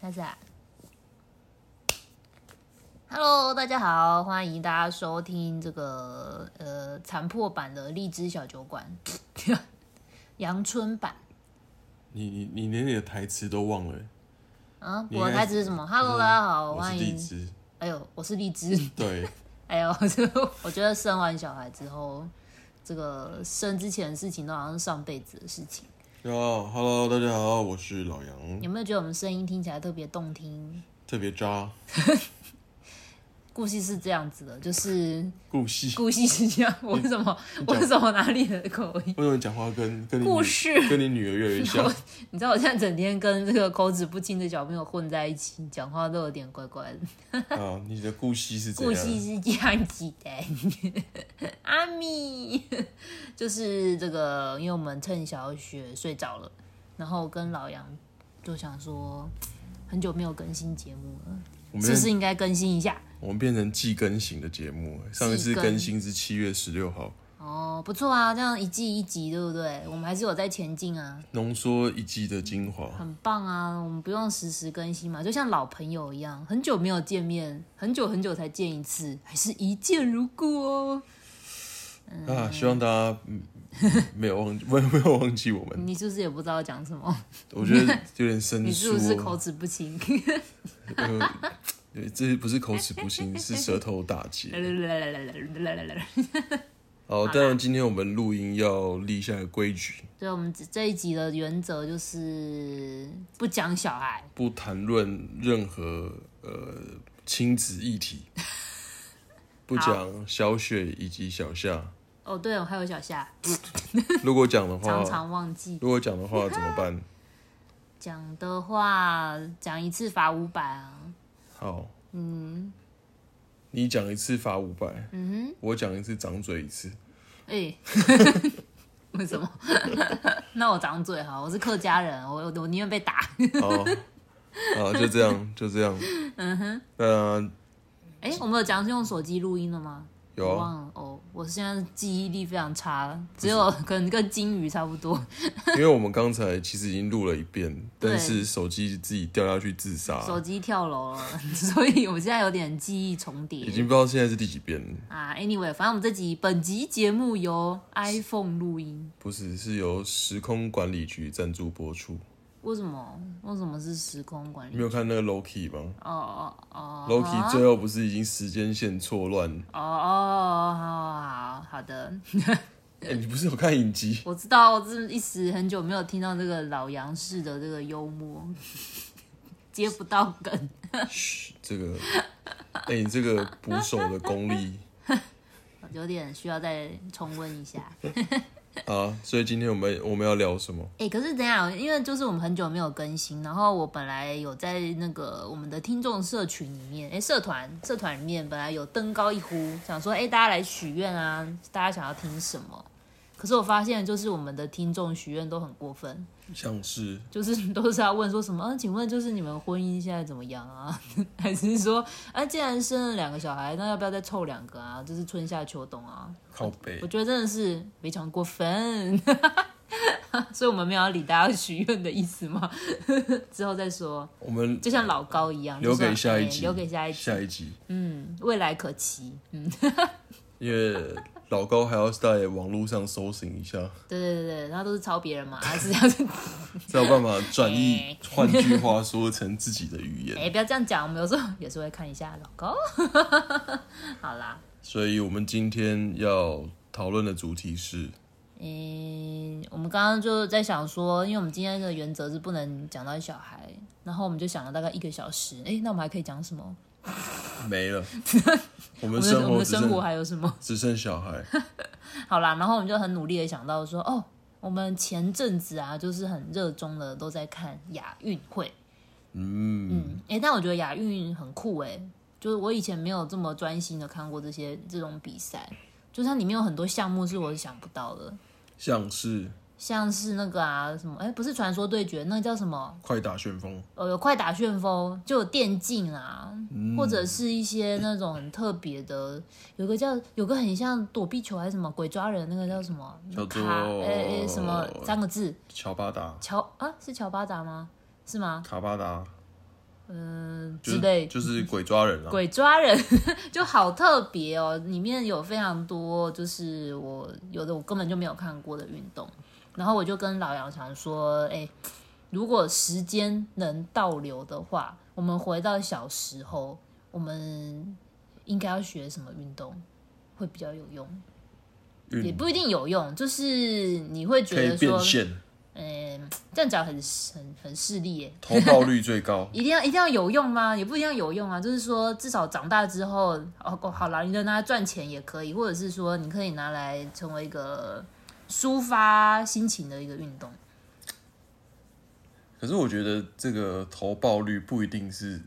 开始、啊。Hello，大家好，欢迎大家收听这个呃残破版的荔枝小酒馆， 阳春版你你你连你的台词都忘了欸，啊。你应我该嗯的台词是什么？Hello，大家好，我是欢荔迎。枝，哎呦，我是荔枝。 对，哎呦， 这我觉得生完小孩之后，这个生之前的事情都好像是上辈子的事情。然后啊 Hello，大家好，我是老杨，有没有觉得我们声音听起来特别动听？特别渣，故事是这样子的，就是故事，故事是这样。我为什么我为什么哪里的口音？为什么你讲话跟跟你故女事跟你女儿越来越 像我？你知道我现在整天跟这个口齿不清的小朋友混在一起，讲话都有点怪怪的。啊，你的故事是怎故样？事是这样子的，阿咪，就是这个，因为我们趁小雪睡着了，然后跟老杨就想说，很久没有更新节目了，我们是不是变应该更新一下？我们变成季更型的节目欸，上一次季更更新是七月十六号，哦，不错啊，这样一季一集，对不对？我们还是有在前进啊，浓缩一季的精华，很棒啊！我们不用时时更新嘛，就像老朋友一样，很久没有见面，很久很久才见一次，还是一见如故哦。啊，希望大家嗯没有忘记， 没有没有忘记我们，你是不是也不知道讲什么？我觉得有点 生你是不疏是哦口。齿不清？呃 对，这不是口齿不清， 是舌头打结。好，当然今天我们录音要立下规矩， 对，我们这这一集的原则就是不讲小孩，不谈论任何呃亲子议 题，不讲小雪以及小夏。哦，对哦，还有小夏，如果讲的话，常常忘记如果讲的话怎么办？讲的话，讲一次罚五百啊。好，嗯，你讲一次罚五百，嗯我讲一次掌嘴一次。哎、 为什么？ 那我长嘴哈，我是客家人，我我我宁愿被打。好，好，就这样，就这样。嗯哼，那哎、我们有讲是用手机录音的吗？有我啊。忘了哦，我现在记忆力非常差，只有可能跟金鱼差不多。因为我们刚才其实已经录了一遍，对但是手机自己掉下去自杀，手机跳楼了， 所以我现在有点记忆重已叠经不知道现在是第几遍了，啊。Anyway，反正我们这集本集节目由 iPhone 录音。不是是由时空管理局赞助播出。为什么？为什么是时空管你理？没有看那个 Loki 吗哦哦哦？Loki 最后不是已经时间线错乱？哦哦，好好好的， 哎、你不是有看影集？我知道，我这一时很久没有听到这个老杨式的这个幽默， 接不到梗。嘘，这个，哎、你这个捕手的功力有点需要再重温一下。啊！所以今天我们我们要聊什么？哎、可是怎样？因为就是我们很久没有更新，然后我本来有在那个我们的听众社群里面，哎、社团社团里面本来有登高一呼，想说哎、诶大家来许愿啊，大家想要听什么？可是我发现就是我们的听众许愿都很过分，像是就是 都是要问说什么，嗯、请问就是你们婚姻现在怎么样啊？ 还是说，啊，既然生了两个小孩，那要不要再凑两个啊？就是春夏秋冬啊？靠背我，觉得真的是非常过分， 所以我们没有要理大家许愿的意思吗？之后再说，我们就像老高一样，留就给说下一哎集，留给下一集，下一集，嗯，未来可期，嗯，因为老高还要在网络上搜寻一下。对对对对，他都是抄别人嘛，还是要 是，才有办法 转译，换句话说成自己的语哎、言。不要这样讲，我们有时候也是会看一下老高， 好啦，所以我们今天要讨论的主题是，嗯，我们刚刚就在想说，因为我们今天的原则是不能讲到小孩，然后我们就想了大概一个小时，哎、那我们还可以讲什么？没 了，我我们们的生我们活的只生活剩还有什么？只剩小孩，好啦，然后我们就很努力的想到说，哦，我们前阵子啊，就是很热衷的都在看亚运会，嗯，嗯，哎、但我觉得亚运很酷哎、就是我以前没有这么专心的看过这些这种比赛，就是它里面有很多项目是我想不到的，像是像是那个啊什么，哎、不是传说对决，那个叫什么？快打旋风，呃，有快打旋风，就有电竞啊，嗯或者是一些那种很特别的，有个叫有个很像躲避球还是什么鬼抓人，那个叫什么叫做卡诶诶什么三个字乔巴达、乔啊是乔巴达吗？是吗？卡巴达、嗯、就之是类，就是鬼抓人啊。鬼抓人 就好特别哦，里面有非常多，就是我有的我根本就没有看过的运动。然后我就跟老杨常说，哎、如果时间能倒流的话，我们回到小时候，我们应该要学什么运动会比较有用？运也不一定有用，就是你会可觉以得变说， 现，嗯、这样讲很很很势利耶，。投报率最高一定要一定要有用吗？也不一定要有用啊，就是说至少长大之后，哦，哦好啦，你能拿来赚钱也可以，或者是说你可以拿来成为一个抒发心情的一个运动。可是我觉得这个投报率不一定是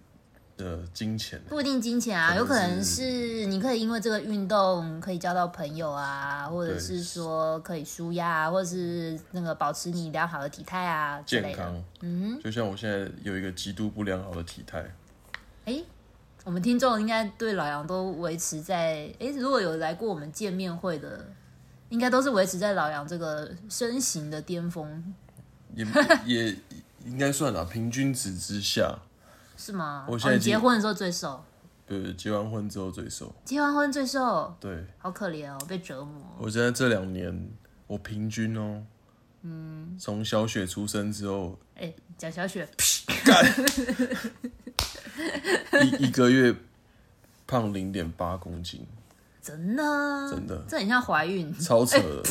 呃金钱，不一定金钱啊，有可可能能是是你可以因为这个运动可以交到朋友啊，或者对是说可以舒压啊，或者是那个保持你良好的体态啊之健类的。康。嗯，就像我现在有一个极度不良好的体态，哎，我们听众应该对老杨都维持在哎，如果有来过我们见面会的，应该都是维持在老杨这个身形的巅峰，也 也应该算啦，平均值之下。是吗？我现在哦、已你经结婚的时候最瘦，对，结完婚之后最瘦。结完婚最瘦，对好可怜哦，被折磨。我现在这两年，我平均哦，嗯，从小雪出生之后，哎，蒋小雪，一一个月胖零点八公斤，真的，真的这很像怀孕。 超扯的，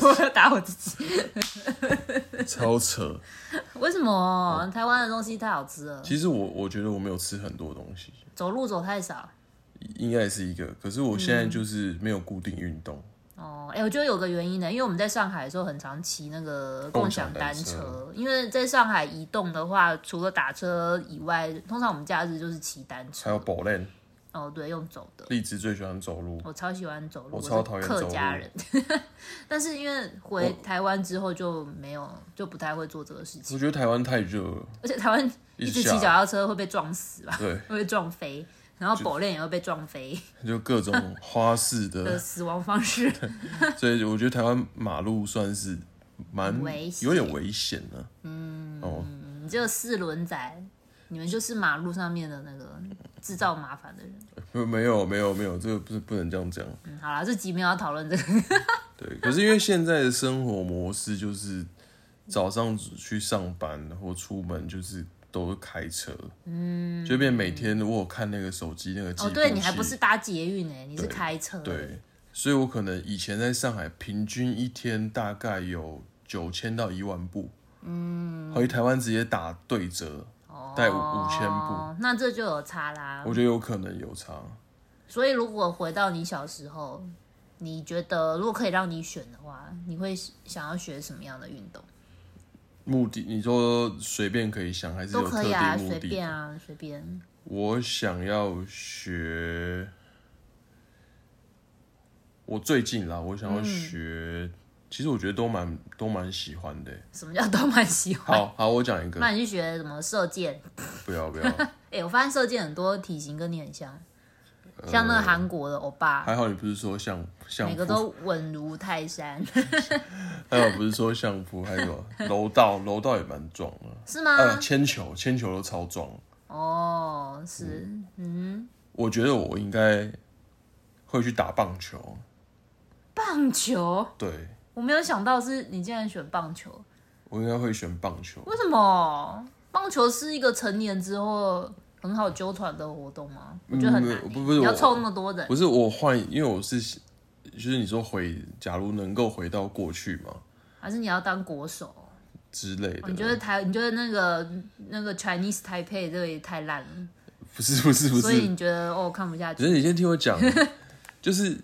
我要打我自己，超扯。为什么台湾的东西太好吃了？哦其实我我觉得我没有吃很多东西，走路走太少应该也是一个。可是我现在就是没有固定运动，哦。哎、我觉得有个原因呢，因为我们在上海的时候很常骑那个共享单共享单车，因为在上海移动的话，除了打车以外，通常我们假日就是骑单还有车。保练，哦，对，用走的。荔枝最喜欢走路。我超喜欢走路，我我超讨厌是走客路家人， 但是因为回台湾之后就没有，就不太会做这个事我情。觉得台湾太热了，而且台湾一一直直下骑脚踏车会被撞死吧，对，会被撞飞，然后狗链也会被撞飞就各种花式的的，死亡方 式。所以我觉得台湾马路算是蛮危险有点危险的、嗯，哦，你这个四轮仔，你们就是马路上面的那个制造麻烦的人。没有没有没有没有，这个不是不能这样讲。嗯，好啦，这集没有要讨论这个。对，可是因为现在的生活模式就是早上去上班或出门就是都是开车，嗯，就变每天我有看那个手机那个计哦，步器，对你还不是搭捷运哎、你是对开车。，对，所以我可能以前在上海平均一天大概有九千到一万步，嗯，回台湾直接打对折，哦带五五千步，哦，那这就有差啦。我觉得有可能有差。所以如果回到你小时候，你觉得如果可以让你选的话，你会想要学什么样的运动？目的你说随便可以想，还是都有特可定以啊，目随的？便啊，随便。我想要学，我最近啦，我想嗯要学，其实我觉得都蛮都蛮喜欢的欸。什么叫 都蛮喜欢？好好，我讲一个那，你去学什么射箭？不要不要，哎、我发现射箭很多体型跟你很像，像呃那个韩国的欧巴。还好你不是 说相相每个扑，都稳如泰山，还好不是说相扑，还 有柔道，柔道也蛮壮的。是吗？呃，铅球，铅球都超壮。哦，是，嗯，我觉得我应该会去打棒球，棒球，对我没有想到是你竟然选棒球，我应该会选棒球。为什么？棒球是一个成年之后很好纠团的活动吗？我觉得很难欸、嗯不不是你要我凑那么多人，不是我换，因为我是就是你说回，假如能够回到过去嘛还是你要当国手？之类哦你的，觉得台，你觉得那个那个 Chinese Taipei 这个也太烂了，不是不是不所以是，你觉得哦看不下只去？是你先听我讲，啊就是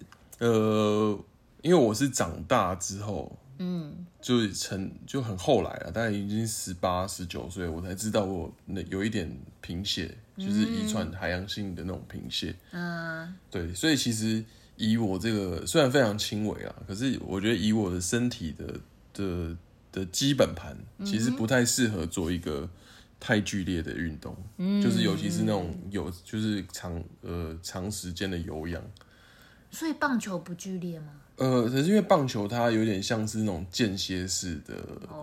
呃，因为我是长大之后，嗯，就成就很后来了，大概已经十八十九岁，我才知道我那有一点贫血，就是遗传海洋性的那种贫血，嗯，对，所以其实以我这个虽然非常轻微啊，可是我觉得以我的身体的的的基本盘，其实不太适合做一个太剧烈的运动，就是尤其是那种有就是长呃长时间的有氧，所以棒球不剧烈吗？呃，可是因为棒球它有点像是那种间歇式的，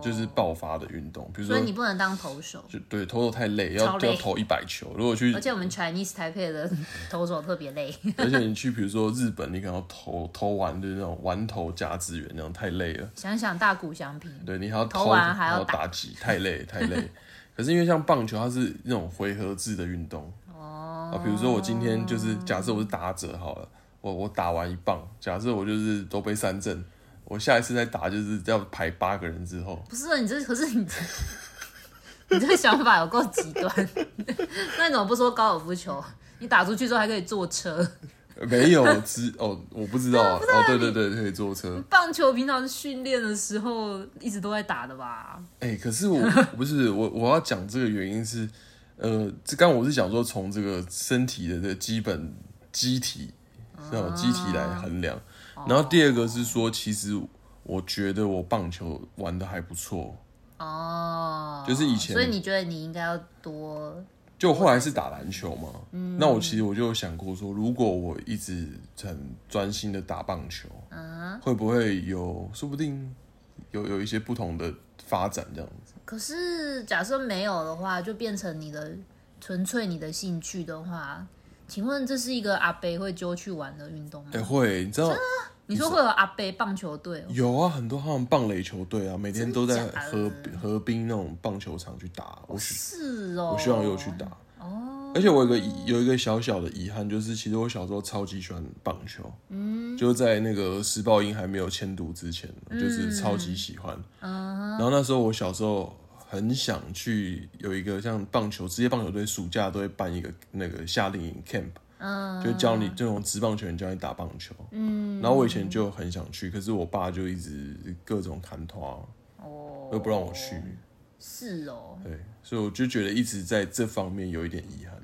就是爆发的运动，比哦如所说以你不能当投手。就对投手太累，超要累要投一百球。如果去而，且我们 Chinese 台配的投手特别累，而且你去比如说日本，你可能要投投完就是那种完投加资源，那样太累了。想想大谷翔平，对你还要投投完还要要打击，太累太 累。可是因为像棒球，它是那种回合制的运动哦。啊，比如说我今天就是假设我是打者好了，我我打完一棒，假设我就是都被三振，我下一次再打就是要排八个人之后，不是你这可是你这 你这个想法有够极端， 那你怎么不说高尔夫球？你打出去之后还可以坐车，呃 没有知哦，我不知道啊，哦，对对对，可以坐车。棒球平常训练的时候一直都在打的吧？哎、可是我 不是我我要讲这个原因是，呃，这刚刚我是想说从这个身体的这个基本机体，那种机体来衡量。然后第二个是说，其实我觉得我棒球玩的还不错，哦，就是以前所以你觉得你应该要多就后来是打篮球嘛。那我其实我就有想过说，如果我一直很专心的打棒球，会不会有说不定有有一些不同的发展这样子？可是假设没有的话，就变成你的纯粹你的兴趣的话，请问这是一个阿伯会揪去玩的运动吗？哎、会，你知道。你说会有阿伯棒球队、哦？有啊，很多他们棒垒球队啊，每天都在真假的河河滨那种棒球场去打。我希是哦，我希望有去打。哦。而且我有一个遗有一个小小的遗憾，就是其实我小时候超级喜欢棒球，嗯，就在那个时报英还没有迁都之前，就是超级喜欢。然后那时候我小时候很想去有一个像棒球职业棒球队，暑假都会办一个那个夏令营 camp，嗯，就教你这种职棒球员教你打棒球，嗯，然后我以前就很想去，可是我爸就一直各种砍拖，哦，又不让我去，是哦，对，所以我就觉得一直在这方面有一点遗憾。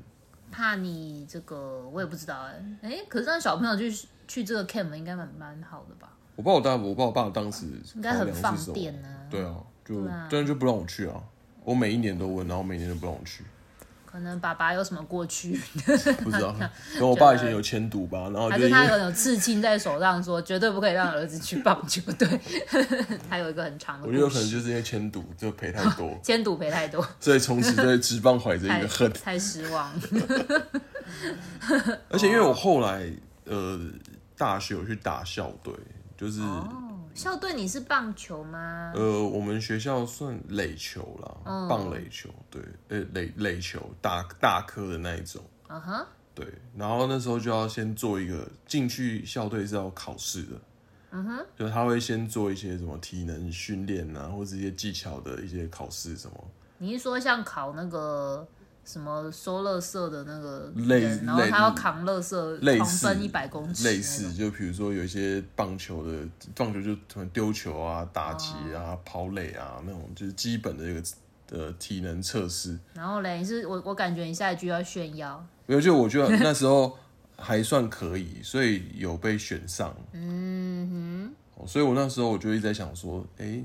怕你这个我也不知道哎、哎、可是让小朋友去去这个 camp 应该蛮蛮好的吧？我爸我大我爸我爸当时应该很考量是放什么电呢、对啊，就对啊但是就不让我去啊，我每一年都问，然后每年都不让 我去，可能爸爸有什么过去，不知道。然后我爸以前有迁赌吧，然后还就是因他为可能有刺青在手上说绝对不可以让儿子去棒球 队，他有一个很长的我觉得有故可能 事，，就是因为迁赌就赔太多 监督赔太多。所以从此对职棒怀着一太个恨。太失望。而且因为哦我后来呃大学有去打校队，就是哦校队你是棒球吗？呃我们学校算垒球嗯啦，棒垒球，对，呃垒垒球大大颗的那一种。嗯哼，对，然后那时候就要先做一个进去校队是要考试的，嗯哼，就是他会先做一些什么体能训练啊，或者一些技巧的一些考试什么，你是说像考那个什么收垃圾的那个类人，然后类他要扛垃圾，类狂似奔一百公尺那种，类似就比如说有一些棒球的棒球就可能丢球啊、打击啊、哦跑垒啊那种，就是基本的一个呃体能测试。然后嘞，你是我我感觉你下一句要炫耀，没有，就我觉得那时候还算可以，所以有被选上。嗯哼，所以我那时候我就一直在想说，哎、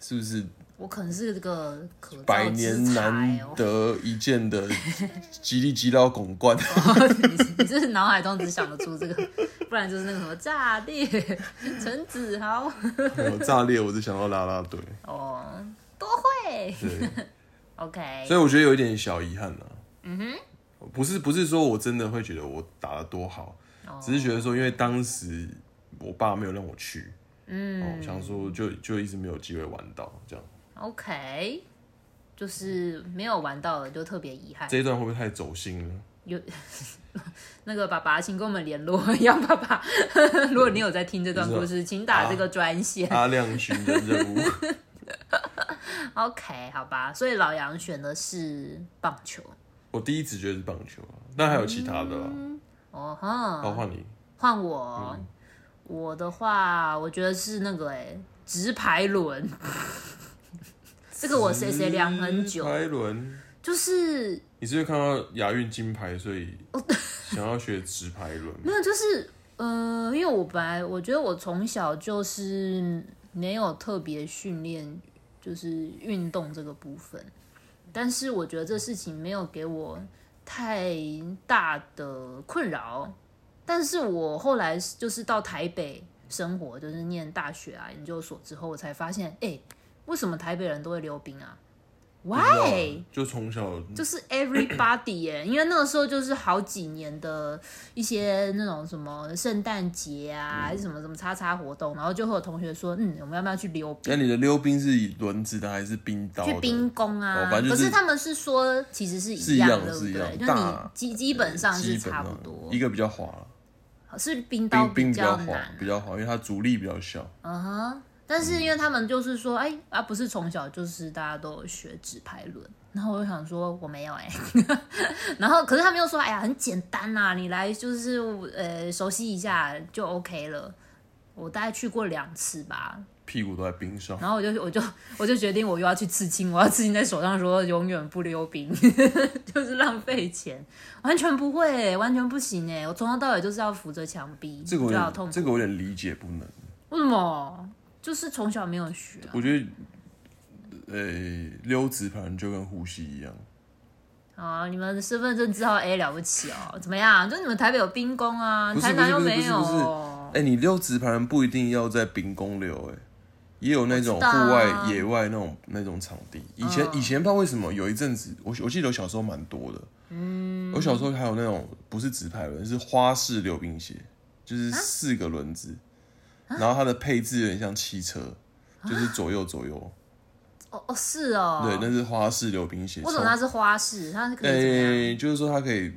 是不是我可能是个可造百年之难才哦。得一见的吉利吉到拱 冠，你是你是脑海中只想得出这个， 不然就是那个什么炸裂、陈子豪我炸裂，我就想到啦啦队，哦，都会。对， OK，所以我觉得有一点小遗憾啊。哎嗯哼，不是不是说我真的会觉得我打得多好，只是觉得说，因为当时我爸没有让我去，嗯，我想说就就一直没有机会玩到这样。 OK，就是没有玩到的就特别遗憾。这一段会不会太走心 了？那个爸爸，请跟我们联络，杨爸爸。 如果你有在听这段故事，请打啊这个专线。阿亮寻人任务， OK，好吧。所以老杨选的是棒球。我第一直觉得是棒球啊，那还有其他的啦。哦哼，好，换你。换我。我的话，我觉得是那个哎、直排轮。 这个我谁谁量很久，嗯排轮，就是你是不是看到亚运金牌，所 以想要学直排轮？没有，就是呃，因为我本来我觉得我从小就是没有特别训练，就是运动这个部分，但是我觉得这事情没有给我太大的困扰，但是我后来就是到台北生活，就是念大学啊、研究所之后，我才发现，哎、为什么台北人都会溜冰啊？Why？啊就从小就是 everybody 耶、因为那个时候就是好几年的一些那种什么圣诞节啊，嗯还是什么什么叉叉活动，然后就会有同学说，嗯，我们要不要去溜冰？那你的溜冰是以轮子的还是冰刀的？去冰宫啊哦，反正就是可是他们是说其实是是一一样，样的对不是一对？样就你大基基本上是基本差不上多，一个比较滑了，是冰刀冰冰比较较难滑，比较滑，因为它阻力比较小。嗯哼，但是因为他们就是说，哎、啊，不是从小就是大家都有学直排轮，然后我就想说我没有哎、 然后可是他们又说，哎呀，很简单啦、你来就是呃熟悉一下就 OK 了。我大概去过两次吧，屁股都在冰上，然后我就我就我就决定我又要去刺青，我要刺青在手上说永远不溜冰， 就是浪费钱，完全不会、欸，完全不行哎、我从头到尾就是要扶着墙壁，这个我就有要点痛苦。这个我有点理解不能。为什么？就是从小没有学啊、我觉得，呃、溜直盘就跟呼吸一样，啊，你们的身份证字号 A 了不起哦？怎么样？就你们台北有兵工啊，不是台南又不是不没是有不是哦。哎、你溜直盘不一定要在冰宫溜、哎，也有那种我户知道外、啊嗯野外那种那种场地。以前、以前不知道为什么有一阵子，我我记得我小时候蛮多的，嗯，我小时候还有那种不是直排轮，是花式溜冰鞋，就是啊四个轮子，然后它的配置有点像汽车，就是左右左右，哦哦，是哦。对，那是哎花式溜冰鞋。为什么从它是花式？它是可以怎么样？诶、就是说他可以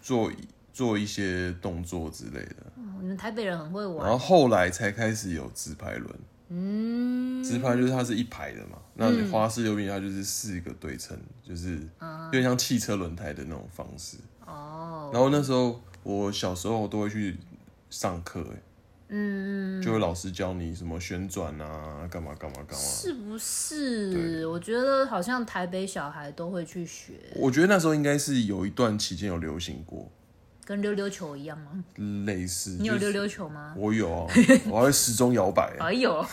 做做一些动作之类的，哦你们台北人很会然玩后后来才开始有直排轮。嗯，直排就是它是一排的嘛，那你花式溜冰它就是四个对称，就是有点像汽车轮胎的那种方式。嗯哦。然后那时候我小时候都会去上课、欸，嗯，就会老师教你什么旋转啊，干嘛干嘛干嘛。是不是？我觉得好像台北小孩都会去学，我觉得那时候应该是有一段期间有流行过跟溜溜球一样吗？类似，你有就是溜溜球吗？我有啊，我还会时钟摇摆、欸哎呦，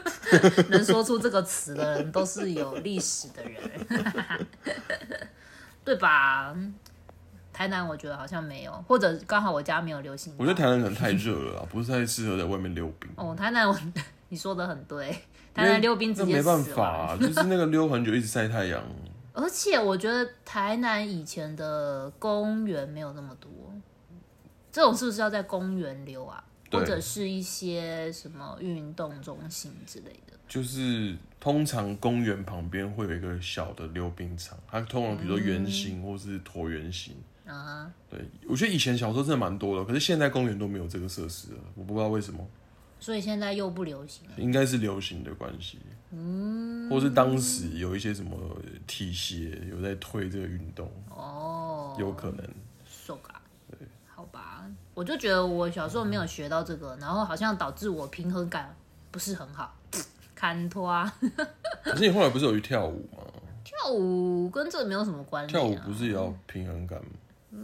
能说出这个词的人都是有历史的人， 对吧？台南我觉得好像没有，或者刚好我家没有流行我觉得台南可能太热了啊，不是太适合在外面溜冰。哦，台南我 你说的很对，台南溜冰直那接没死亡办法、啊，就是那个溜很久，一直晒太阳。而且我觉得台南以前的公园没有那么多，这种是不是要在公园溜啊？对或者是一些什么运动中心之类的？就是通常公园旁边会有一个小的溜冰场，它通常比如说圆形或是椭圆形。嗯啊，对，我觉得以前小时候真的蛮多的，可是现在公园都没有这个设施了，我不知道为什么，所以现在又不流行了。应该是流行的关系。嗯，或是当时有一些什么体协有在推这个运动，哦，有可能。受嘎，好吧，我就觉得我小时候没有学到这个，然后好像导致我平衡感不是很好， 砍拖啊，可是你后来不是有去跳舞吗？跳舞跟这个没有什么关跳舞联、啊。不是也要平衡感吗？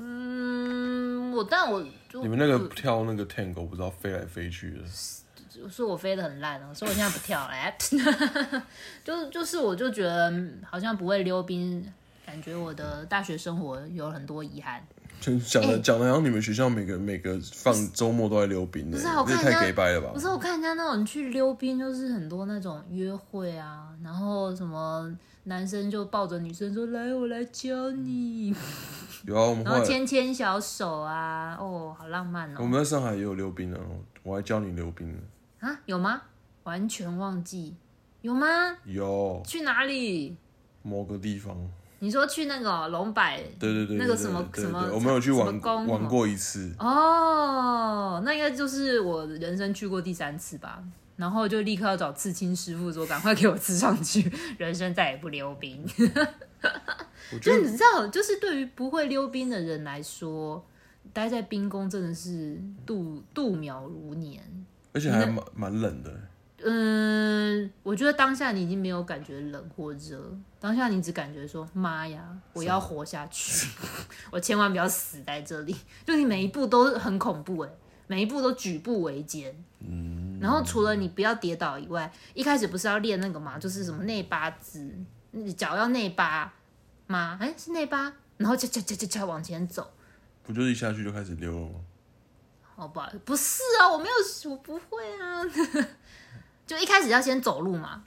嗯，我但我就你们那个跳那个 tango 不知道飞来飞去的，说我飞得很烂哦，所以我现在不跳了。哎 就就是我就觉得嗯好像不会溜冰，感觉我的大学生活有很多遗憾。就讲嗯的讲的，好像你们学校每个每个放周末都在溜冰的，不是啊我这也看人家太给掰了吧不？是，我看人家那种去溜冰，就是很多那种约会啊，然后什么男生就抱着女生说：“来，我来教嗯你。有啊，我”们然后后来牵牵小手啊，哦，好浪漫我哦！们在上海也有溜冰啊，我还教你溜冰呢。啊，有吗？完全忘记，有吗？有去哪里？某个地方，你说去那个哦龙柏对对对，那个对什么对什对么对，我们有去什玩么宫玩过一次，哦，那应该就是我人生去过第三次吧。然后就立刻要找刺青师傅说：“赶快给我刺上去，人生再也不溜冰。” 我就觉得你知道，就是对于不会溜冰的人来说，待在冰宫真的是度度秒如年。而且还蛮蛮冷的，嗯，我觉得当下你已经没有感觉冷或热，当下你只感觉说：“妈呀，我要活下去， 我千万不要死在这里。”就你每一步都很恐怖哎、每一步都举步维艰。嗯，然后除了你不要跌倒以外，一开始不是要练那个嘛，就是什么内八字，你脚要内八吗？哎、是内八，然后恰恰恰恰恰往前走。不就是一下去就开始溜了吗？哦，不好意思，不是啊，我没有，我不会啊。 就一开始要先走路嘛，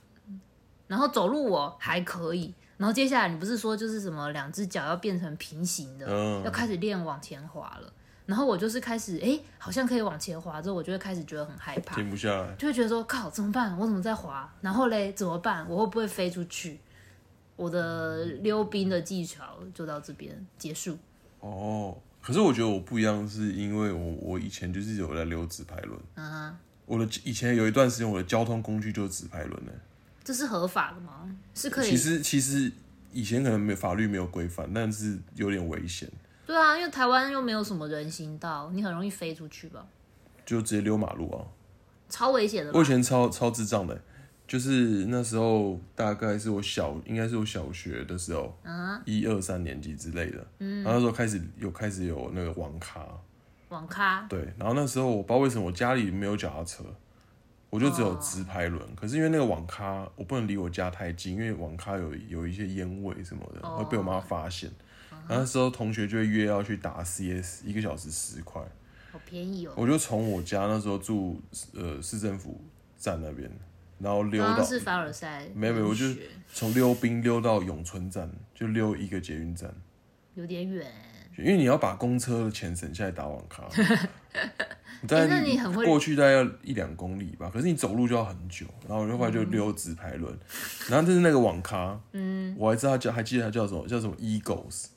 然后走路我还可以，然后接下来你不是说就是什么两只脚要变成平行的，嗯要开始练往前滑了。然后我就是开始，哎，好像可以往前滑，之后我就会开始觉得很害怕，停不下来。就会觉得说靠，怎么办？我怎么在滑？然后嘞，怎么办？我会不会飞出去？我的溜冰的技巧就到这边结束。哦，可是我觉得我不一样，是因为我我以前就是有在溜直排轮，嗯哼，我的以前有一段时间我的交通工具就是直排轮呢、这是合法的吗？是可其以？实其实以前可能没法律没有规范，但是有点危险，对啊，因为台湾又没有什么人行道，你很容易飞出去吧？就直接溜马路啊。超危险的吧我以？前超超智障的、就是那时候大概是我小，应该是我小学的时候，啊一二三年级之类的，嗯，然后那时候开始有开始有那个网咖，网咖对，然后那时候我不知道为什么我家里没有脚踏车，我就只有直排轮。可是因为那个网咖，我不能离我家太近，因为网咖有有一些烟味什么的，会被我妈发现。然后那时候同学就会约要去打 CS，一个小时十块。好便宜哦，我就从我家那时候住呃市政府站那边，然后溜刚到刚啊是凡尔赛，没有没有我就学从溜冰溜到永春站，就溜一个捷运站。有点远。因为你要把公车的钱省下来打网 咖，你欸在那你很会过去大概要一两公里吧，可是你走路就要很久，然后我就后来就溜直排轮，嗯然后就是那个网咖，嗯，我还知道它叫，还记得它叫什么，叫什么，E Eagles。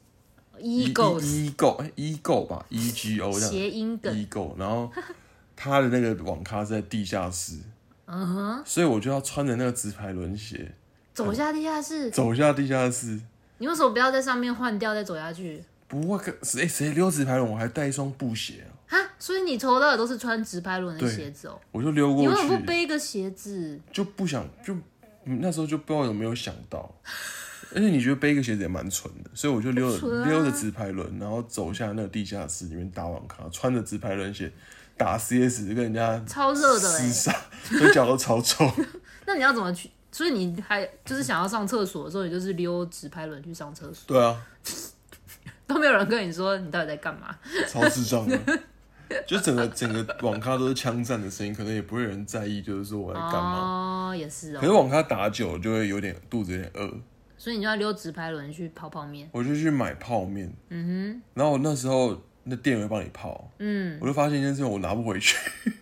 Eagles E Go 哎 E Go 吧，E G O 这样谐音梗， E Go，然后它的那个网咖是在地下室，嗯哼，所以我就要穿着那个直排轮鞋走下地下室，走下地下室，你为什么不要在上面换掉再走下去？不过可谁谁溜直排轮，我还带一双布鞋啊，哈，所以你从头到尾都是穿直排轮的对鞋子哦，我就溜你过去，为什么不背一个鞋子？就不想就嗯那时候就不知道有没有想到，而且你觉得背一个鞋子也蛮蠢的，所以我就溜不蠢着、啊溜着直排轮，然后走下那个地下室里面打网咖，穿着直排轮鞋打 CS 跟人家超热的厮哎、杀，所以脚都超臭。 那你要怎么去？所以你还就是想要上厕所的时候，你就是溜直排轮去上厕所，对啊，都没有人跟你说你到底在干嘛。超智障的。就整个整个网咖都是枪战的声音，可能也不会有人在意，就是说我在干嘛。哦，也是可是哦，网咖打久了就会有点肚子有点饿，所以你就要溜直排轮去泡泡面。我就去买泡面。嗯哼，然后我那时候那店员会帮你泡，嗯，我就发现一件事情，我拿不回去。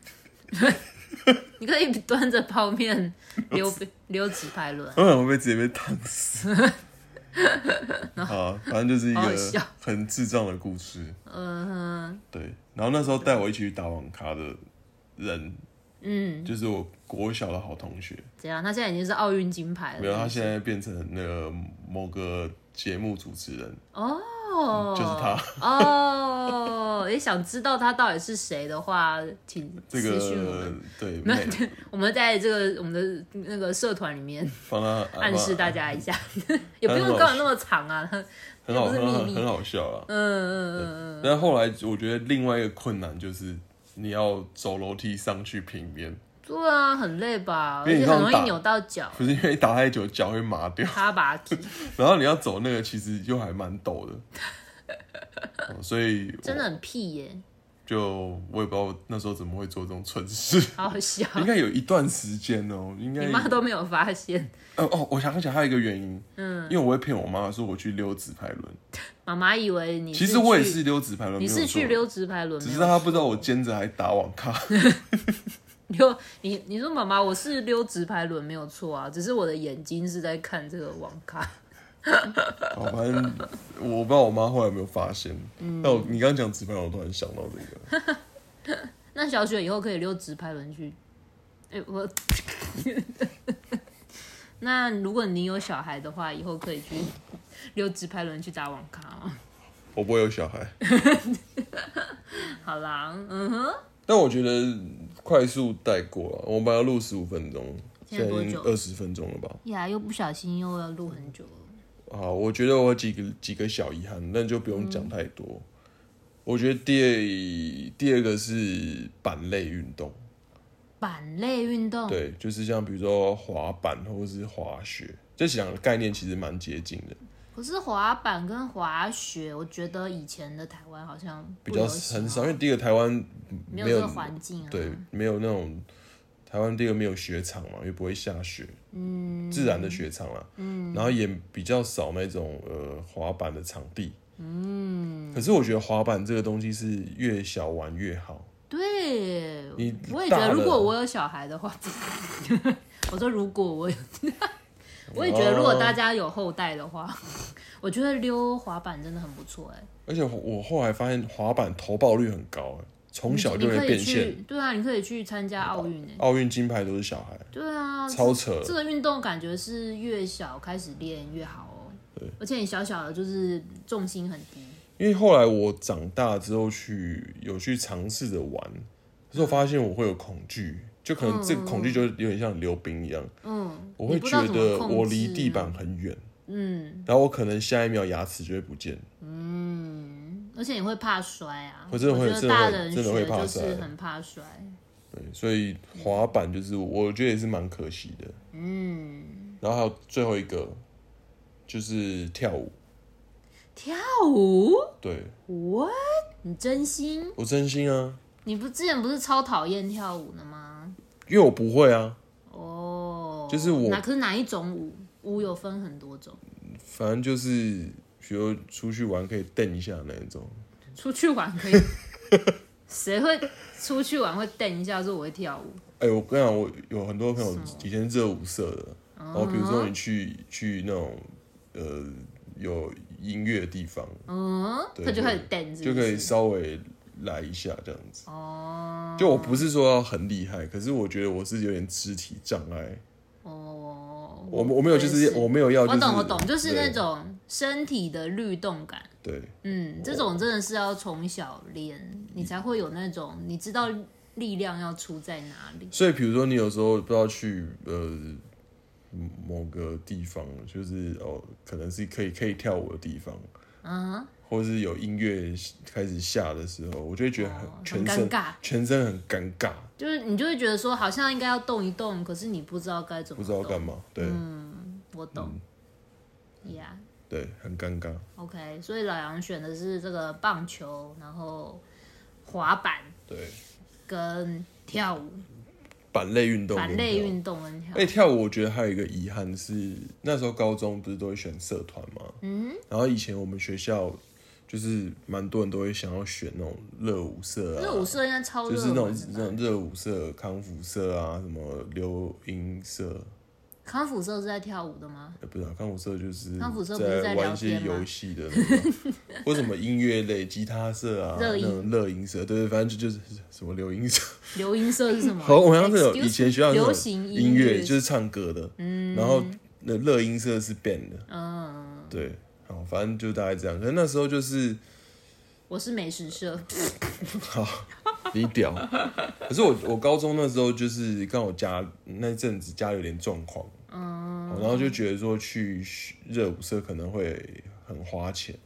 你可以 端着泡面溜溜直排轮，我想会被直接被烫 死。啊，反正就是一好好个笑很智障的故事。嗯对，然后那时候带我一起去打网咖的人，嗯，就是我国小的好同学。怎样？他现在已经是奥运金牌了。没有，他现在变成那个某个节目主持人，哦，就是他。哦。也想知道他到底是谁的话，请这私讯我个们。对，没没有， 我们在这个我们的那个社团里面帮他暗示大，家一下，也不用很好干嘛那么长啊。嗯很好，又不是很好，秘密很好笑啦。嗯嗯嗯，但后来我觉得另外一个困难就是你要走楼梯上去平面，对啊，很累吧，而因为你且很容易这样打扭到脚，不是因为打太久脚会麻掉。 哈巴基。然后你要走那个，其实又还蛮 陡的，哦所以我真的很屁耶、就我也不知道我那时候怎么会做这种蠢事，好好笑，应该有一段时间哦，应该啊你妈都没有发现，哦哦，我想起来还有一个原因，嗯，因为我会骗我妈说我去溜直排轮，妈妈以为你其去实我也是，溜直排轮，你没是有错去，溜直排轮，只没是有她不知道我兼着还打网咖， 溜你你说妈妈，我是溜直排轮没有错啊，只是我的眼睛是在看这个网咖， 哦反正我不知道我妈后来有没有发现。嗯那我你刚刚讲直排轮，我突然想到这个，那小雪以后可以溜直排轮去。哎、我。 那如果你有小孩的话，以后可以去 溜直排轮去打网咖哦。 我不会有小孩，好啦，嗯哼，但我觉得快速带过了，我们本来要录十五分钟，现在多久二十分钟了吧？呀，又不小心又要录很久了。好，我觉得我有几个几个小遗憾，但就不用讲太多。嗯我觉得第二第二个是板类运动，哦板类运动，对，就是像比如说滑板或者是滑雪，这几两个概念其实蛮接近的。可是滑板跟滑雪，我觉得以前的台湾好像不比较流行很哦少，因为第一个台湾没没这有个环境啊。对，没有那种台湾第一个没有雪场嘛，又不会下雪，嗯，自然的雪场啦，嗯，然后也比较少那种呃滑板的场地，嗯，可是我觉得滑板这个东西是越小玩越好，对，你我也觉大得，如了果我有小孩的话， 我说如果我有， 我也觉得如果大家有后代的话，我觉得溜滑板真的很不错哎、而且我后来发现滑板投报率很高、欸，从小你就你可会以变现，去，对啊，你可以去参加奥运哎，奥运金牌都是小孩，对啊，超扯这。这个运动感觉是越小开始练越好哦，而且你小小的就是重心很低，因为后来我长大之后去有去尝试着玩，可是我发现我会有恐惧，就可能这个恐惧就有点像溜冰一样，嗯，我会你不知觉道怎么得哦控我离制地板很远，嗯然后我可能下一秒牙齿就会不见。嗯，而且你会怕摔啊，我真的会觉真得的会大人学真的会怕就摔是很怕摔，对，所以滑板就是我觉得也是蛮可惜的。嗯，然后还有最后一个就是跳舞，跳舞。对 What？你真心？我真心啊，你不之前不是超讨厌跳舞的吗？因为我不会啊，哦、就是我哪可是哪一种舞？舞有分很多种，反正就是比如出去玩可以蹬一下那一种。出去玩 可以。谁会出去玩会瞪一下说我会跳舞？哎、我跟你讲，我有很多朋友哦以前是热舞社的，然后比如啊说你去去那种呃有音乐的地方，嗯，对他就开始瞪，就可以稍微来一下这样子。哦，就我不是说要很厉害，可是我觉得我是有点肢体障碍。哦。我我没有就也是我没有要、就是，我懂我懂，就是对那种身体的律动感。对嗯，这种真的是要从小练，你才会有那种你知道力量要出在哪里。所以比如说你有时候不知道去呃某个地方，就是哦，可能是可以可以跳舞的地方，嗯，或是有音乐开始下的时候，我就会觉得很、哦全很身尴尬全身很尴尬，就是你就会觉得说好像应该要动一动，可是你不知道该怎不么知道嗯动。干嘛，对、嗯我懂。呀、对，很尴尬。 o k 所以老杨选的是这个棒球，然后滑板对，跟跳舞，板类运动，板类。运动跟跳哎、舞。跳舞我觉得还有一个遗憾是，那时候高中不是都会选社团嘛，嗯，然后以前我们学校就是蛮多人都会想要选那种热舞社啊，热舞社应该超就是热那门种的吧那种热舞社、康复社啊，什么流音社，康复社是在跳舞的吗？呃，不是、啊、康复社，就是康复社不是在玩一聊些天吗游戏的那种，啊或什么音乐类、吉他社 啊，热那音种乐音社，对对，反正就就是什么流音社。流音社是什么？ 好，哦我像是有 Excuse 以前学校那种流行音乐，就是唱歌的，然后那乐音社是 band 的，嗯，对，好，反正就大概这样。可是那时候 就是我是美食社，你屌，可是我我高中那时候就是刚好家那阵子家有点状况，嗯，然后就觉得说去热舞社可能会很花钱，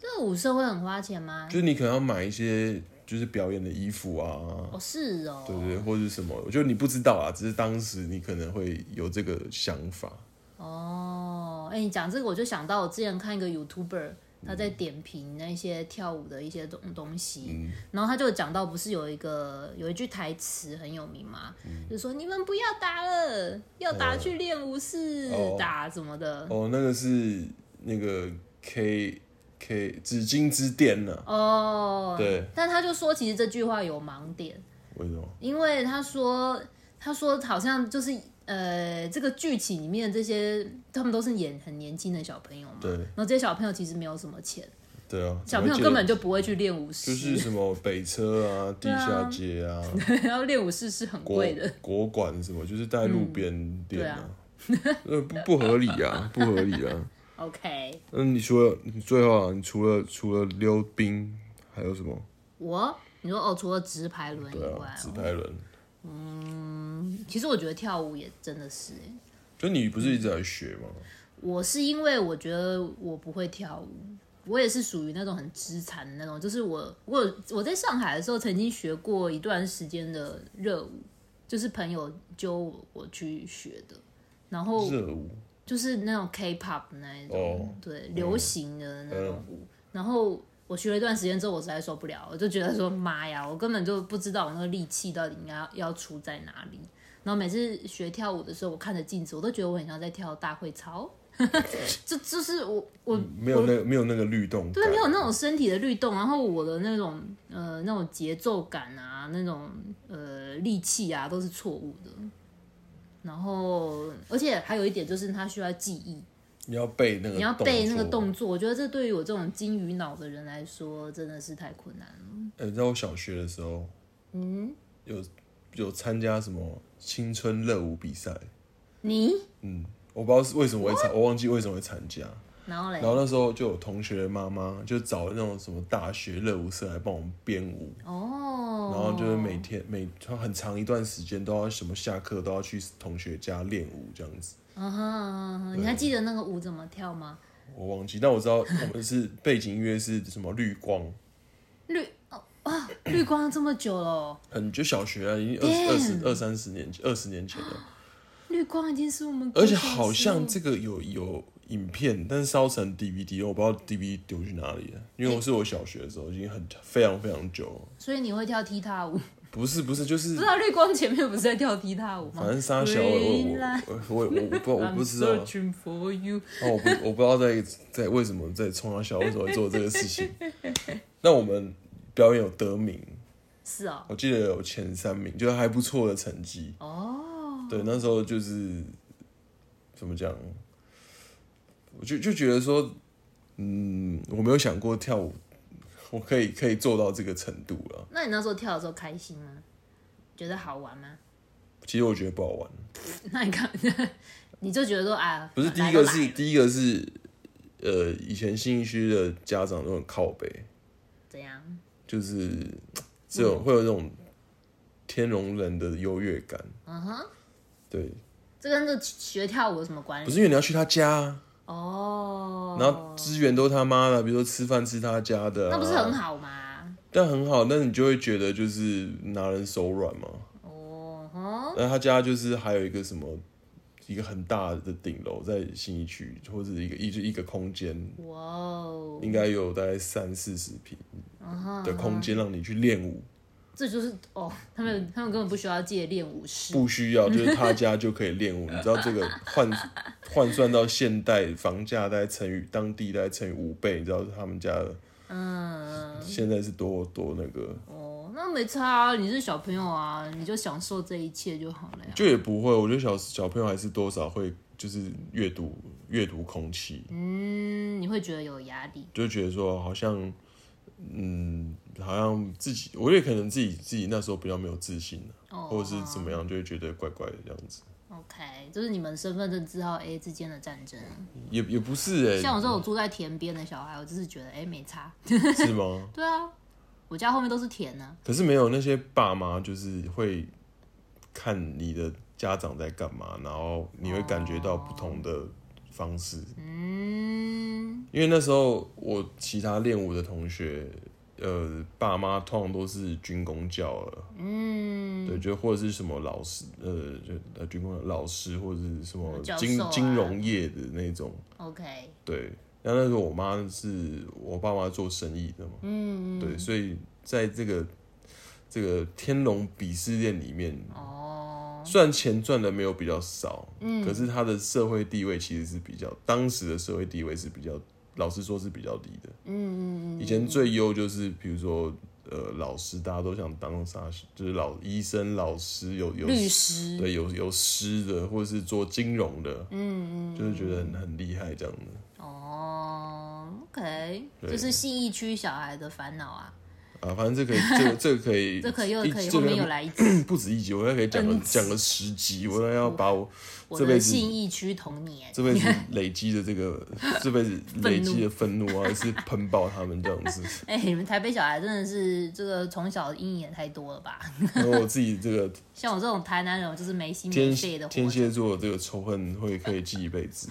热舞社会很花钱吗就？是你可能要买一些就是表演的衣服啊，哦，是哦，对对，或者是什么，就你不知道啊，只是当时你可能会有这个想法。哦，哎、你讲这个我就想到我之前看一个 YouTuber，他在点评那些跳舞的一些东东西，嗯然后他就讲到不是有一个有一句台词很有名嘛，嗯就说你们不要打了，要打去练舞室、哦打什么的。哦，那个是那个 K K 紫金之巅呢、哦，对，但他就说，其实这句话有盲点，为什么？因为他说，他说好像就是呃，这个剧情里面这些他们都是演很年轻的小朋友嘛，对然后这些小朋友其实没有什么钱，对啊，小朋友根本就不会去练舞室，就是什么北车啊、地下街啊、 然后练舞室是很国贵的。嗯国馆什么，就是在路边对店啊啊，呃不不合理啊，不合理啊。 OK，那你除了你最后啊，你除了除了溜冰还有什么？我你说哦，除了直排轮以对外啊，哦、直排轮。其实我觉得跳舞也真的是欸，就你不是一直在学吗？我是因为我觉得我不会跳舞，我也是属于那种很肢残的那种，就是我我有我在上海的时候曾经学过一段时间的热舞，就是朋友揪我去学的，然后热舞就是那种 K-pop 的那一种，哦对，流行的那种舞。然后我学了一段时间之后，我实在受不了，我就觉得说妈呀，我根本就不知道我那个力气到底应该要要出在哪里。然后每次学跳舞的时候，我看着镜子，我都觉得我很像在跳大会操， 就就是我我没有那没有那个律动感，对，没有那种身体的律动，然后我的那种呃那种节奏感啊，那种呃力气啊，都是错误的。然后，而且还有一点就是，它需要记忆，你要背那个，你要背那个动。作。我觉得这对于我这种金鱼脑的人来说，真的是太困难了。呃，你知道我小学的时候，嗯，有有参加什么青春热舞比赛，你，嗯，我不知道是为什么会参，我忘记为什么会参加。然后嘞然，后那时候就有同学的妈妈就找那种什么大学热舞社来帮我们编舞，哦，然后就是每天每很长一段时间都要什么下课都要去同学家练舞这样子。嗯哼嗯哼，你还记得那个舞怎么跳吗？我忘记，但我知道我们是背景音乐是什么绿光，绿哦 啊，绿光这么久了哦、很就小学啊，已经二十 Damn 二十二三十年二十年前了，绿光已经是我们而且国小的哦好像哦时这个有有影片，但是烧成 DVD，我不知道 DVD 丢去哪里了，因为我是我小学的时候，已经很非常非常久了。候，所以你会跳踢踏舞。 不是不是，就是不知道绿光前面不是在跳踢踏舞吗？反正沙小我我我我我我不知道我不知道， I'm searching for you。然后我不我不知道在在为什么在冲他小为什么会做这个事 情。那我们表演有得名，是哦，我记得有前三名，就是还不错的成绩。哦，对，那时候就是怎么讲，我就就觉得说，嗯，我没有想过跳舞，我可以可以做到这个程度啊了。那你那时候跳的时候开心吗？觉得好玩吗？ 其实我觉得不好玩。那你看， 你就觉得说啊，不是第一来个都是来第一个是，呃，以前信义区的家长都很靠北，怎样？就是这嗯种会有这种天龙人的优越感。嗯哼，对，这跟这学跳舞有什么关不系？是因为你要去他家啊，哦，然后资源都他妈的，比如说吃饭吃他家的、啊那不是很？好吗？但很好，那你就会觉得就是拿人手软嘛。哦哼，那他家就是还有一个什么，一个很大的顶楼在信义区，或者一个一就一个空间，哇哦，应该有大概三四十平嗯哼，的空间让你去练舞。这就是哦，他们他们根本不需要借练舞室。不需要，就是他家就可以练舞。你知道这个换换算到现代房价大概乘以当地大概乘以五倍，你知道他们家的嗯，现在是多多那个，哦，那没差啊，你是小朋友啊，你就享受这一切就好了呀。就也不会。我觉得小小朋友还是多少会就是阅读阅读空气，嗯，你会觉得有压力。就觉得说好像嗯，好像自己，我也可能自己自己那时候比较没有自信、啊哦或者是怎么样，就会觉得怪怪的这样子。 OK，就是你们身份证字号 A 之间的战争。也也不是哎、像我这种住在田边的小孩，我就是觉得哎、没差。是吗？对啊，我家后面都是田呢、可是没有那些爸妈，就是会看你的家长在干嘛，然后你会感觉到不同的方式。嗯，因为那时候我其他练舞的同学，呃，爸妈通常都是军工教了，嗯，对，就或者是什么老师，呃，就呃军工老师或者是什么教授金、啊金融业的那种， OK，对。然后那时候我妈是我爸妈做生意的嘛，嗯，对，所以在这个这个天龙鄙视链里面，哦，虽然钱赚的没有比较少，嗯，可是他的社会地位其实是比较，当时的社会地位是比较，老实说是比较低的。嗯嗯以前最优就是比如说。呃，老师大家都想当啥，就是老医生、老师，有嗯，有律师，对有有师的，或者是做金融的，嗯嗯，就是觉得很很厉害这样的。哦，OK，对就是信义区小孩的烦恼啊，啊，反正这可以，这个这个可以， 这可以又一可以这后个面又来一集不止一集，我还可以讲个嗯讲个十集，我都要把我我这辈的子信义区童年。这辈子累积的这个，这 辈子累积的愤怒啊，还是喷爆他们这样子。哎、你们台北小孩真的是这个从小阴影也太多了吧？ 然后我自己这个像我这种台南人，我就是没心天没肺的活天着。蝎座的这个仇恨会可以记一辈子。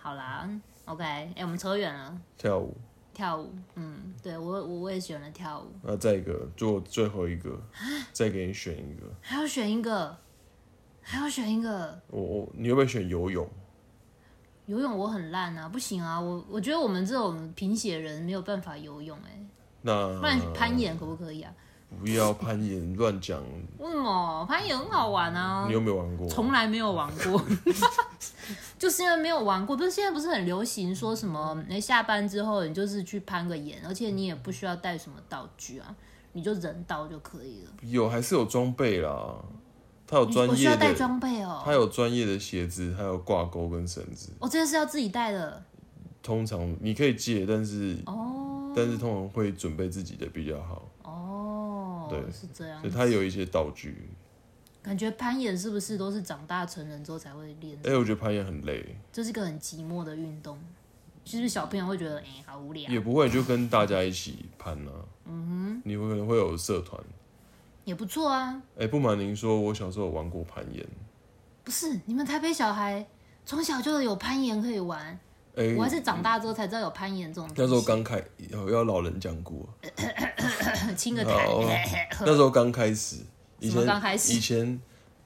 好啦，OK，哎、我们扯远了，跳舞，跳舞，嗯，对我我我也选了跳舞，那再一个，做最后一个，啊再给你选一个。还要选一个，还要选一个我我，你会不会选游泳？游泳我很烂啊，不行啊，我我觉得我们这种贫血人没有办法游泳哎、那不然攀岩可不可以啊？不要攀岩乱讲，为什么攀岩哦很好玩啊？你有没有玩过？从来没有玩 过，就是因为没有玩过。不是现在不是很流行说什么？哎，下班之后你就是去攀个岩，而且你也不需要带什么道具啊，你就人到就可以了。有还是有装备啦，他有你专我需业要带的，装备哦，他有专业的鞋子，还有挂钩跟绳子。我、这个是要自己带的通常你可以借，但是哦但是通常会准备自己的比较好，哦，嗯对是这样所以。他有一些道具。感觉攀岩是不是都是长大成人之后才会练？哎、我觉得攀岩很累，这是一个很寂寞的运动。其实小朋友会觉得，哎、好无聊，也不会就跟大家一起攀啊。嗯哼，你会可能会有社团。也不错啊。哎、不瞒您说，我小时候有玩过攀岩。不是，你们台北小孩从小就有攀岩可以玩，哎、我还是长大之后才知道有攀岩这种那时东候西。刚开，有要老人讲过。清个台，好那时候刚开始，以什么前刚开始以前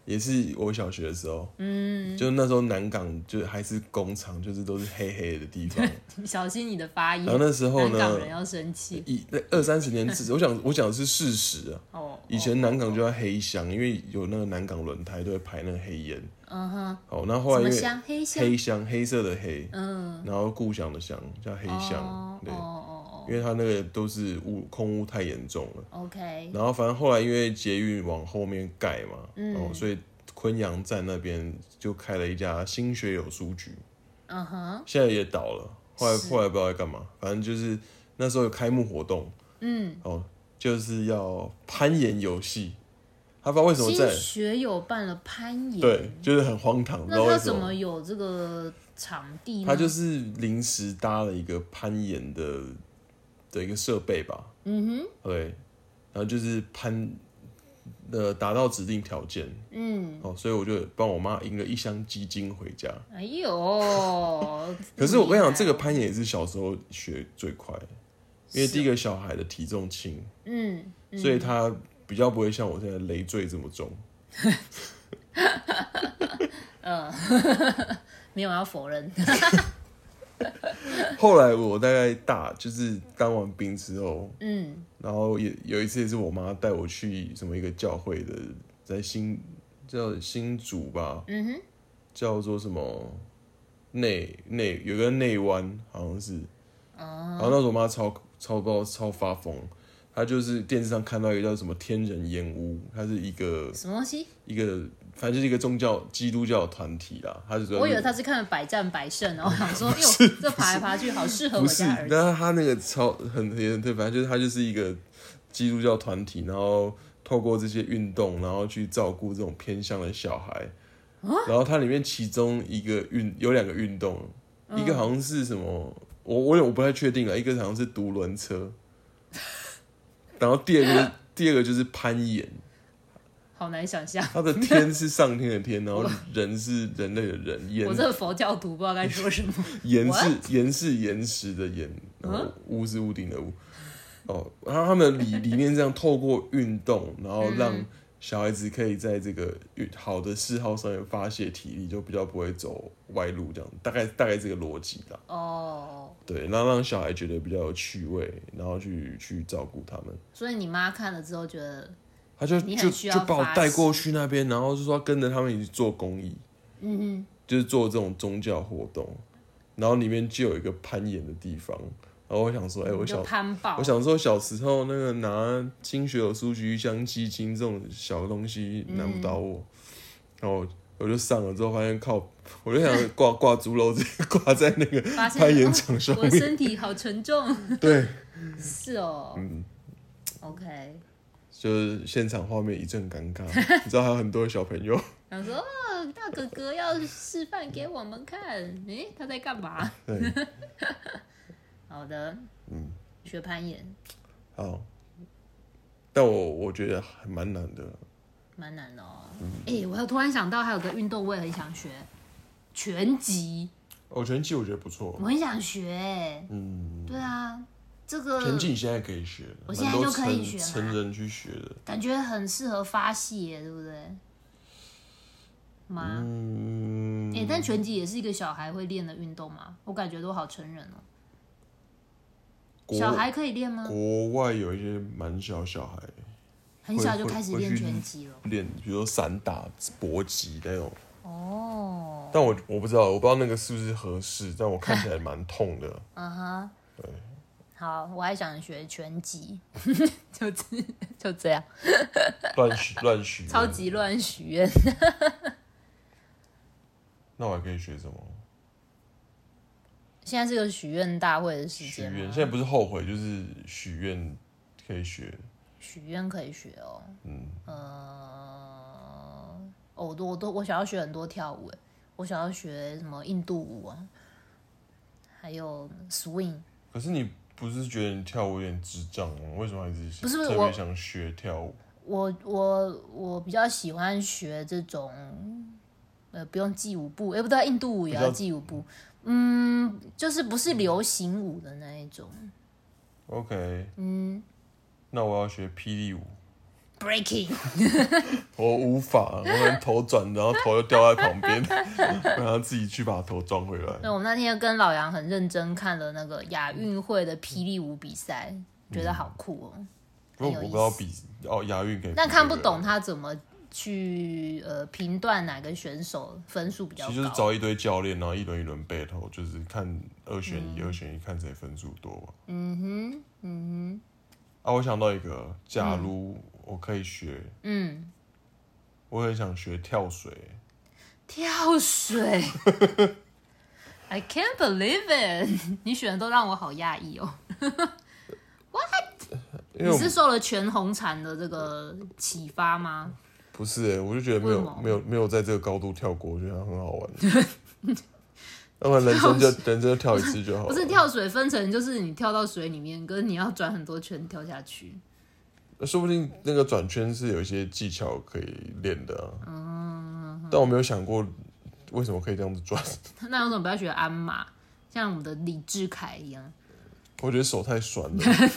也是我小学的时候，嗯，就那时候南港就还是工厂，就是都是黑黑的地方。 小心你的发音。然后那时候南港呢人，要生气以那二三十年之，我想我讲的是事实啊。哦。以前南港就要黑箱，因为有那个南港轮胎都会排那个黑烟。嗯哼，好，那后什来因么为香黑香？黑箱黑色的黑，嗯，然后故乡的乡叫黑箱哦，对哦，哦因为它那个都是污空污太严重了。哦，OK，然后反正后来因为捷运往后面盖嘛，嗯哦，所以昆阳站那边就开了一家新学友书局，嗯哼，现在也倒了。后来是后来不知道在干嘛，反正就是那时候有开幕活动，嗯，哦，就是要攀岩游戏。他不知道为什么新在学友办了攀岩，对，，就是很荒唐，不知道那为他什怎么。么有这个场地呢？他就是临时搭了一个攀岩的的一个设备吧，嗯对，然后就是攀呃达到指定条件，哼，嗯，哦，所以我就帮我妈赢了一箱鸡精回家。哎呦， 可是我跟你讲，厉害这个攀岩也是小时候学最快，因为第一个小孩的体重轻，嗯，所以他比较不会像我现在累赘这么重。没有要否认，后来我大概大就是当完兵之后，嗯。然后也有一次也是我妈带我去什么一个教会的，在新叫新竹吧，嗯哼，叫做什么内内有个内湾好像是，哦然后那时候我妈超超爆超发疯，她就是电视上看到一个叫什么天人烟屋，它是一个什么东西？一个反正就是一个宗教基督教的团体啦，它是主要我以为是他是看了百战百胜，然后想 说，哟，这爬来爬去好 适合我不是家儿，子。但是他那个超很也很对，反正就是他就是一个基督教团体，然后透过这些运动，然后去照顾这种偏向的小孩。啊然后它里面其中一个运有两个运动，嗯一个好像是什么，我我也我不太确定了，啊一个好像是独轮车， 然后第二个是第二个就是攀岩，好难想象，它的天是上天的天，然后人是人类的人，岩我这个佛教徒不知道该说什么。岩是岩是岩石的岩，然后屋是屋顶的屋。哦，然后他们理理念这样，透过运动，然后让小孩子可以在这个运好的嗜好上面发泄体力，就比较不会走歪路，这样大概大概这个逻辑啦。哦，对，然后让小孩觉得比较有趣味，然后去去照顾他们。所以你妈看了之后觉得，他就你就很需要就把我发带过去那边，然后就说要跟着他们一起做公益，嗯就是做这种宗教活动，然后里面就有一个攀岩的地方，然后我想说，哎、我你嗯就小攀爆我，想说小时候那个拿金学有书局香鸡精这种小东西难不倒嗯我，然后我就上了之后发现靠，我就想 挂挂竹篓直接挂在那个发现攀岩哦场上我面，身体好沉重。对，是 哦，OK。就是现场画面一阵尴尬，你知道还有很多小朋友。想说，哦，大哥哥要示范给我们看，诶、他在干嘛？对， 好的，嗯，学攀岩好，哦但我我觉得还蛮难的。蛮难的哦。诶、我又突然想到，还有个运动我也很想学，拳击。哦，拳击我觉得不错我，很想学、欸，嗯，对啊，这拳个击你现在可以学，我很现在多就可以成学嘛成人去学的，感觉很适合发泄、对不对？吗？嗯哎、，但拳击也是一个小孩会练的运动吗？我感觉都好成人哦、国小孩可以练吗？国外有一些蛮小小孩很小就开始练拳击了。练，比如说散打、搏击那种，哦，但我我不知道，我不知道那个是不是合适，但我看起来蛮痛的。 嗯哼，好，我还想学拳 击，就这 就这样，乱许乱许愿，超级乱许愿。那我还可以学什么？现在是个许愿大会的时许间愿，吗？现在不是后悔，就是许愿可以学。许愿可以学哦。嗯，呃，哦我都我都我想要学很多跳舞，哎，我想要学什么印度舞啊，还有 swing。可是你不是觉得你跳舞有点智障吗？为什么还是不是不是特我别想学跳舞？我我我比较喜欢学这种，呃，不用记舞步，哎、不对，印度舞也比要较记舞步，嗯，就是不是流行舞的那一种 OK，嗯，那我要学霹雳舞， breaking，我无法，我能头转，然后头又掉在旁边， 让他自己去把头装回来。对，我们 那天跟老杨很认真看了那个亚运会的霹雳舞比赛，觉得好酷哦、不很过有我意不思知道比哦押韵可以，但看不懂，他怎么去呃评断哪个选手分数比较其实就是高。找一堆教练，然后一轮一轮 battle，就是看二选一，二选一看谁分数多吧。嗯哼，嗯嗯哼。啊，我想到一个，假如我可以学，嗯，我很想学跳水。跳水 ，I can't believe it！你选的都让我好讶异哦。因为你我是受了全红婵的这个启发吗？不是、欸，我就觉得没为什么有没有没有在这个高度跳过，我觉得它很好 玩。要不然人生就人生就跳一次就好了。不是跳水分层，就是你跳到水里面，跟你要转很多圈跳下去。说不定那个转圈是有一些技巧可以练的啊。但我没有想过为什么可以这样子转，那为什么不要学鞍马，像我们的李志凯一样？ 我觉得手太酸了。而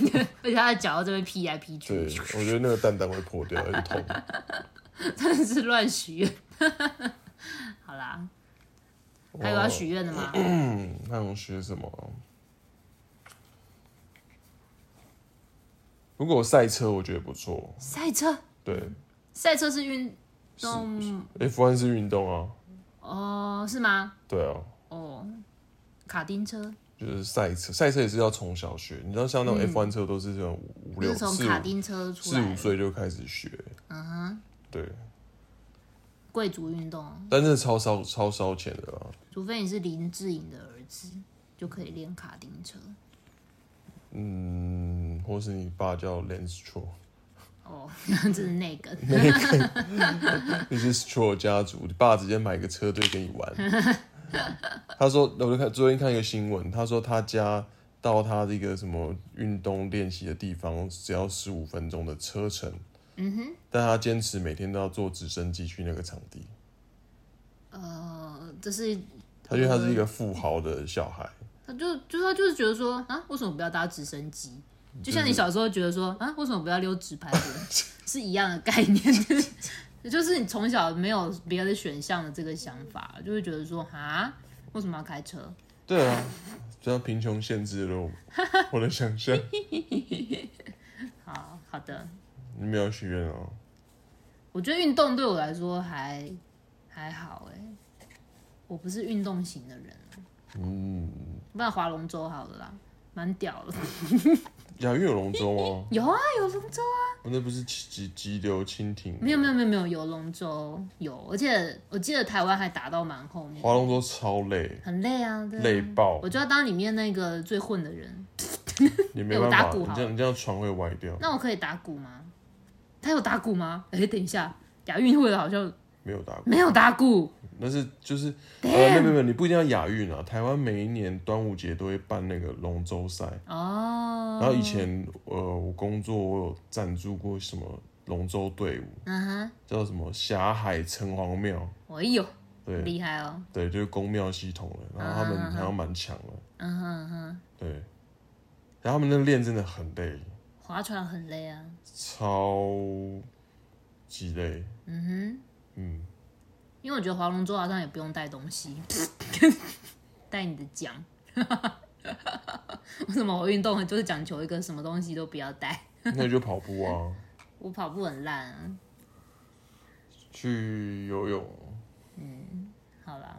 且他的脚在这边劈来劈对，去，我觉得那个蛋蛋会破掉，很痛。真的是乱许愿。 好啦，还有要哇哦许愿的 吗？嗯那我学什么啊？如果有赛车，我觉得不错。赛车，对赛车是运动，F1 是运动啊，哦，是吗？对啊，哦，卡丁车就是赛车，赛车也是要从小学。你知道，像那种 F1 车都是这种五五嗯就六是从四卡五丁车出四来五的，岁就开始学。嗯对，贵族运动。但是超烧超烧钱的啊。除非你是林志颖的儿子，就可以练卡丁车。嗯，或是你爸叫 Lance Stroll，哦， 这是那 个，你是 Stroll 家族，你爸直接买个车队跟你玩。 他说，我就看昨天看一个新闻，他说他家到他这个什么运动练习的地方，只要十五分钟的车程。嗯哼，但他坚持每天都要坐直升机去那个场地。呃，这是他觉得他是一个富豪的小孩，他就就他就是觉得说啊，为什么不要搭直升机？就像你小时候觉得说啊，为什么不要溜直排轮，是一样的概念。就是你从小没有别的选项的这个想法，就会觉得说啊，为什么要开车？对啊，只要贫穷限 制了我我的想象。好好的，你没有许愿哦，我觉得运动对我来说还还好哎、我不是运动型的人，啊嗯，不然划龙舟好了啦，蛮屌的。亚运有龙舟吗？有啊，有龙舟啊！哦那不是急急急流蜻蜓，没有没有没有没有有龙舟有，而且我记得台湾还打到蛮后面，划龙舟超累，很累啊，对啊累爆我，就要当里面那个最混的人。你没办法，我打鼓好你这样你这样船会歪掉，那我可以打鼓吗？他有打鼓吗？哎、等一下，亚运会的好像没有打鼓，没有打鼓。那是就是呃，没有没有，你不一定要亚运啊，台湾每一年端午节都会办那个龙舟赛，哦，然后以前呃我工作我有赞助过什么龙舟队伍，嗯哼，叫什么霞海城隍庙，我有，对厉害哦，对，就是公庙系统了，然后他们好像蛮强的，嗯哼嗯哼，对，然后他们那练真的很累，划船很累啊，超级累，嗯哼，嗯。因为我觉得划龙舟好像也不用带东西， 带你的桨。 为什么我运动就是讲求一个什么东西都不要带？那就跑步啊，我跑步很烂啊。去游泳。啊好啦，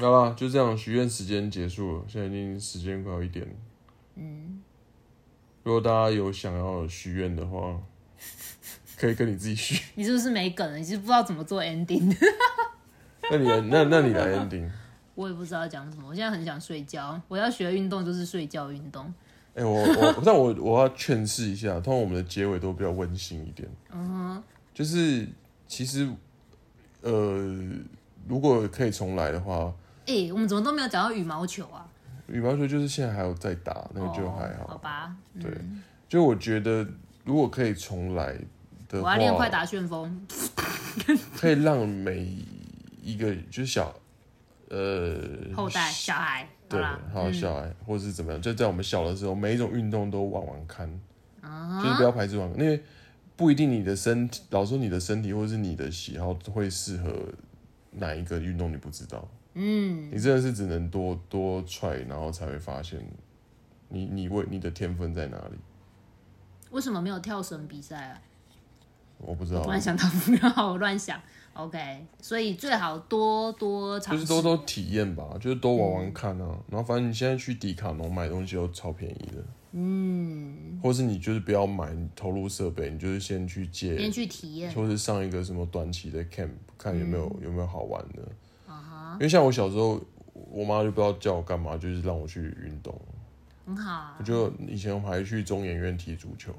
好啦，就这样，许愿时间结束了，现在已经时间快要一点。嗯，如果大家有想要许愿的话，可以跟你自己许。你是不是没梗了？你是不知道怎么做 ending 的？那你来，那那你来 ending。我也不知道讲什么。我现在很想睡觉，我要学运动就是睡觉运动。哎、我我但我我要劝示一下，通常我们的结尾都比较温馨一点。嗯就是其实呃，如果可以重来的话，哎、我们怎么都没有讲到羽毛球啊？羽毛球就是现在还有在打，那个就还哦好好。吧，嗯对，就我觉得如果可以重来的我话要，练快打旋风。可以让每一个就是小呃后代小孩，好对，啦，嗯好小孩、或者是怎么样，就在我们小的时候，每一种运动都玩玩看，嗯啊就是不要排斥玩，因为不一定你的身体，老实说你的身体或是你的喜好会适合哪一个运动，你不知道。嗯，你真的是只能多多 try，然后才会发现你你为你的天分在哪里。为什么没有跳绳比赛啊？我不知道突，然想到，不要我乱想。OK，所以最好多多尝就是试。多多体验吧，就是多玩玩看啊。嗯然后反正你现在去迪卡侬买东西都超便宜的，嗯，或是你就是不要买，你投入设备，你就是先去借先，去体验嗯或是上一个什么短期的 camp，看有没有、有没有好玩的。啊因为像我小时候，我妈就不知道叫我干嘛，就是让我去运动。很好啊我。就以前我们还去中研院踢足球，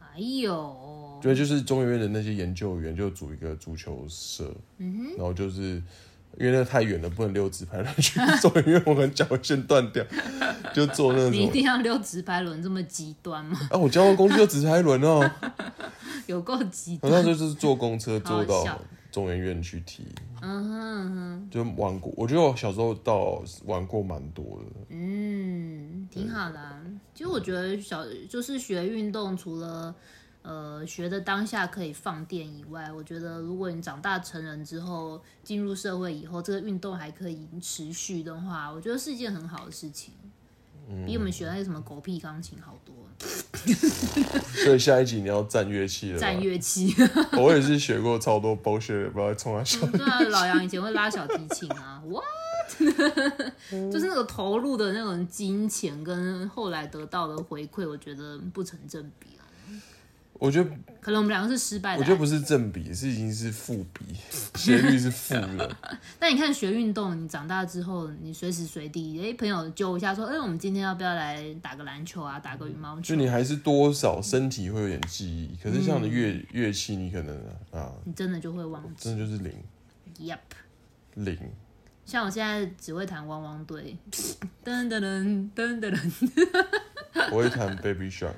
哎呦，对，就是中研院的那些研究员就组一个足球社，嗯然后就是因为那太远了，不能溜直排轮去中研院，我可能脚会先断 掉，就做那你一种。定要溜直排轮这么极端吗？ 啊，我交通工具就直排轮哦，有够极我端。那时候就是坐公车坐好好到笑中研院去踢，嗯哼嗯就玩过。我觉得我小时候到玩过蛮多的，哼，挺好的啊、其实我觉得小就是学运动，除了呃学的当下可以放电以外，我觉得如果你长大成人之后，进入社会以后，这个运动还可以持续的话，我觉得是一件很好的事情。比我们学那些什么狗屁钢琴好多，所以下一集你要站乐器了吧。战乐器。我也是学过超多 bullshit，的不知道从哪学。对啊，老杨以前会拉小提琴啊，哇， 就是那个投入的那种金钱跟后来得到的回馈，我觉得不成正比啊。我觉得可能我们两个是失败我的觉得啊，不是正比，是已经是负比， 斜率是负的。但你看学运动，你长大之后，你随时随地，哎、朋友揪一下说，哎、我们今天要不要来打个篮球啊，打个羽毛球就？你还是多少身体会有点记忆，可是像嗯你乐、乐器，你可能啊，你真的就会忘记真的就是零，Yep。零。像我现在只会弹汪汪队，噔噔噔噔噔噔，我会弹 Baby Shark，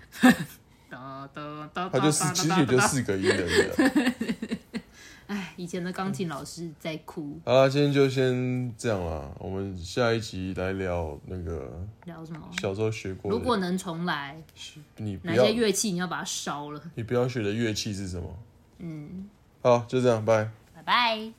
哒哒哒它哒就是哒其实也哒就哒。四个音而已 啊。哎，以前的钢琴老师在哭，好啦，今天就先这样啦，我们下一集来聊那个聊什么？小时候学过的。如果能重来，你不哪要些乐器你要把它烧了？你不要学的乐器是什么？嗯，好，就这样，拜。拜拜。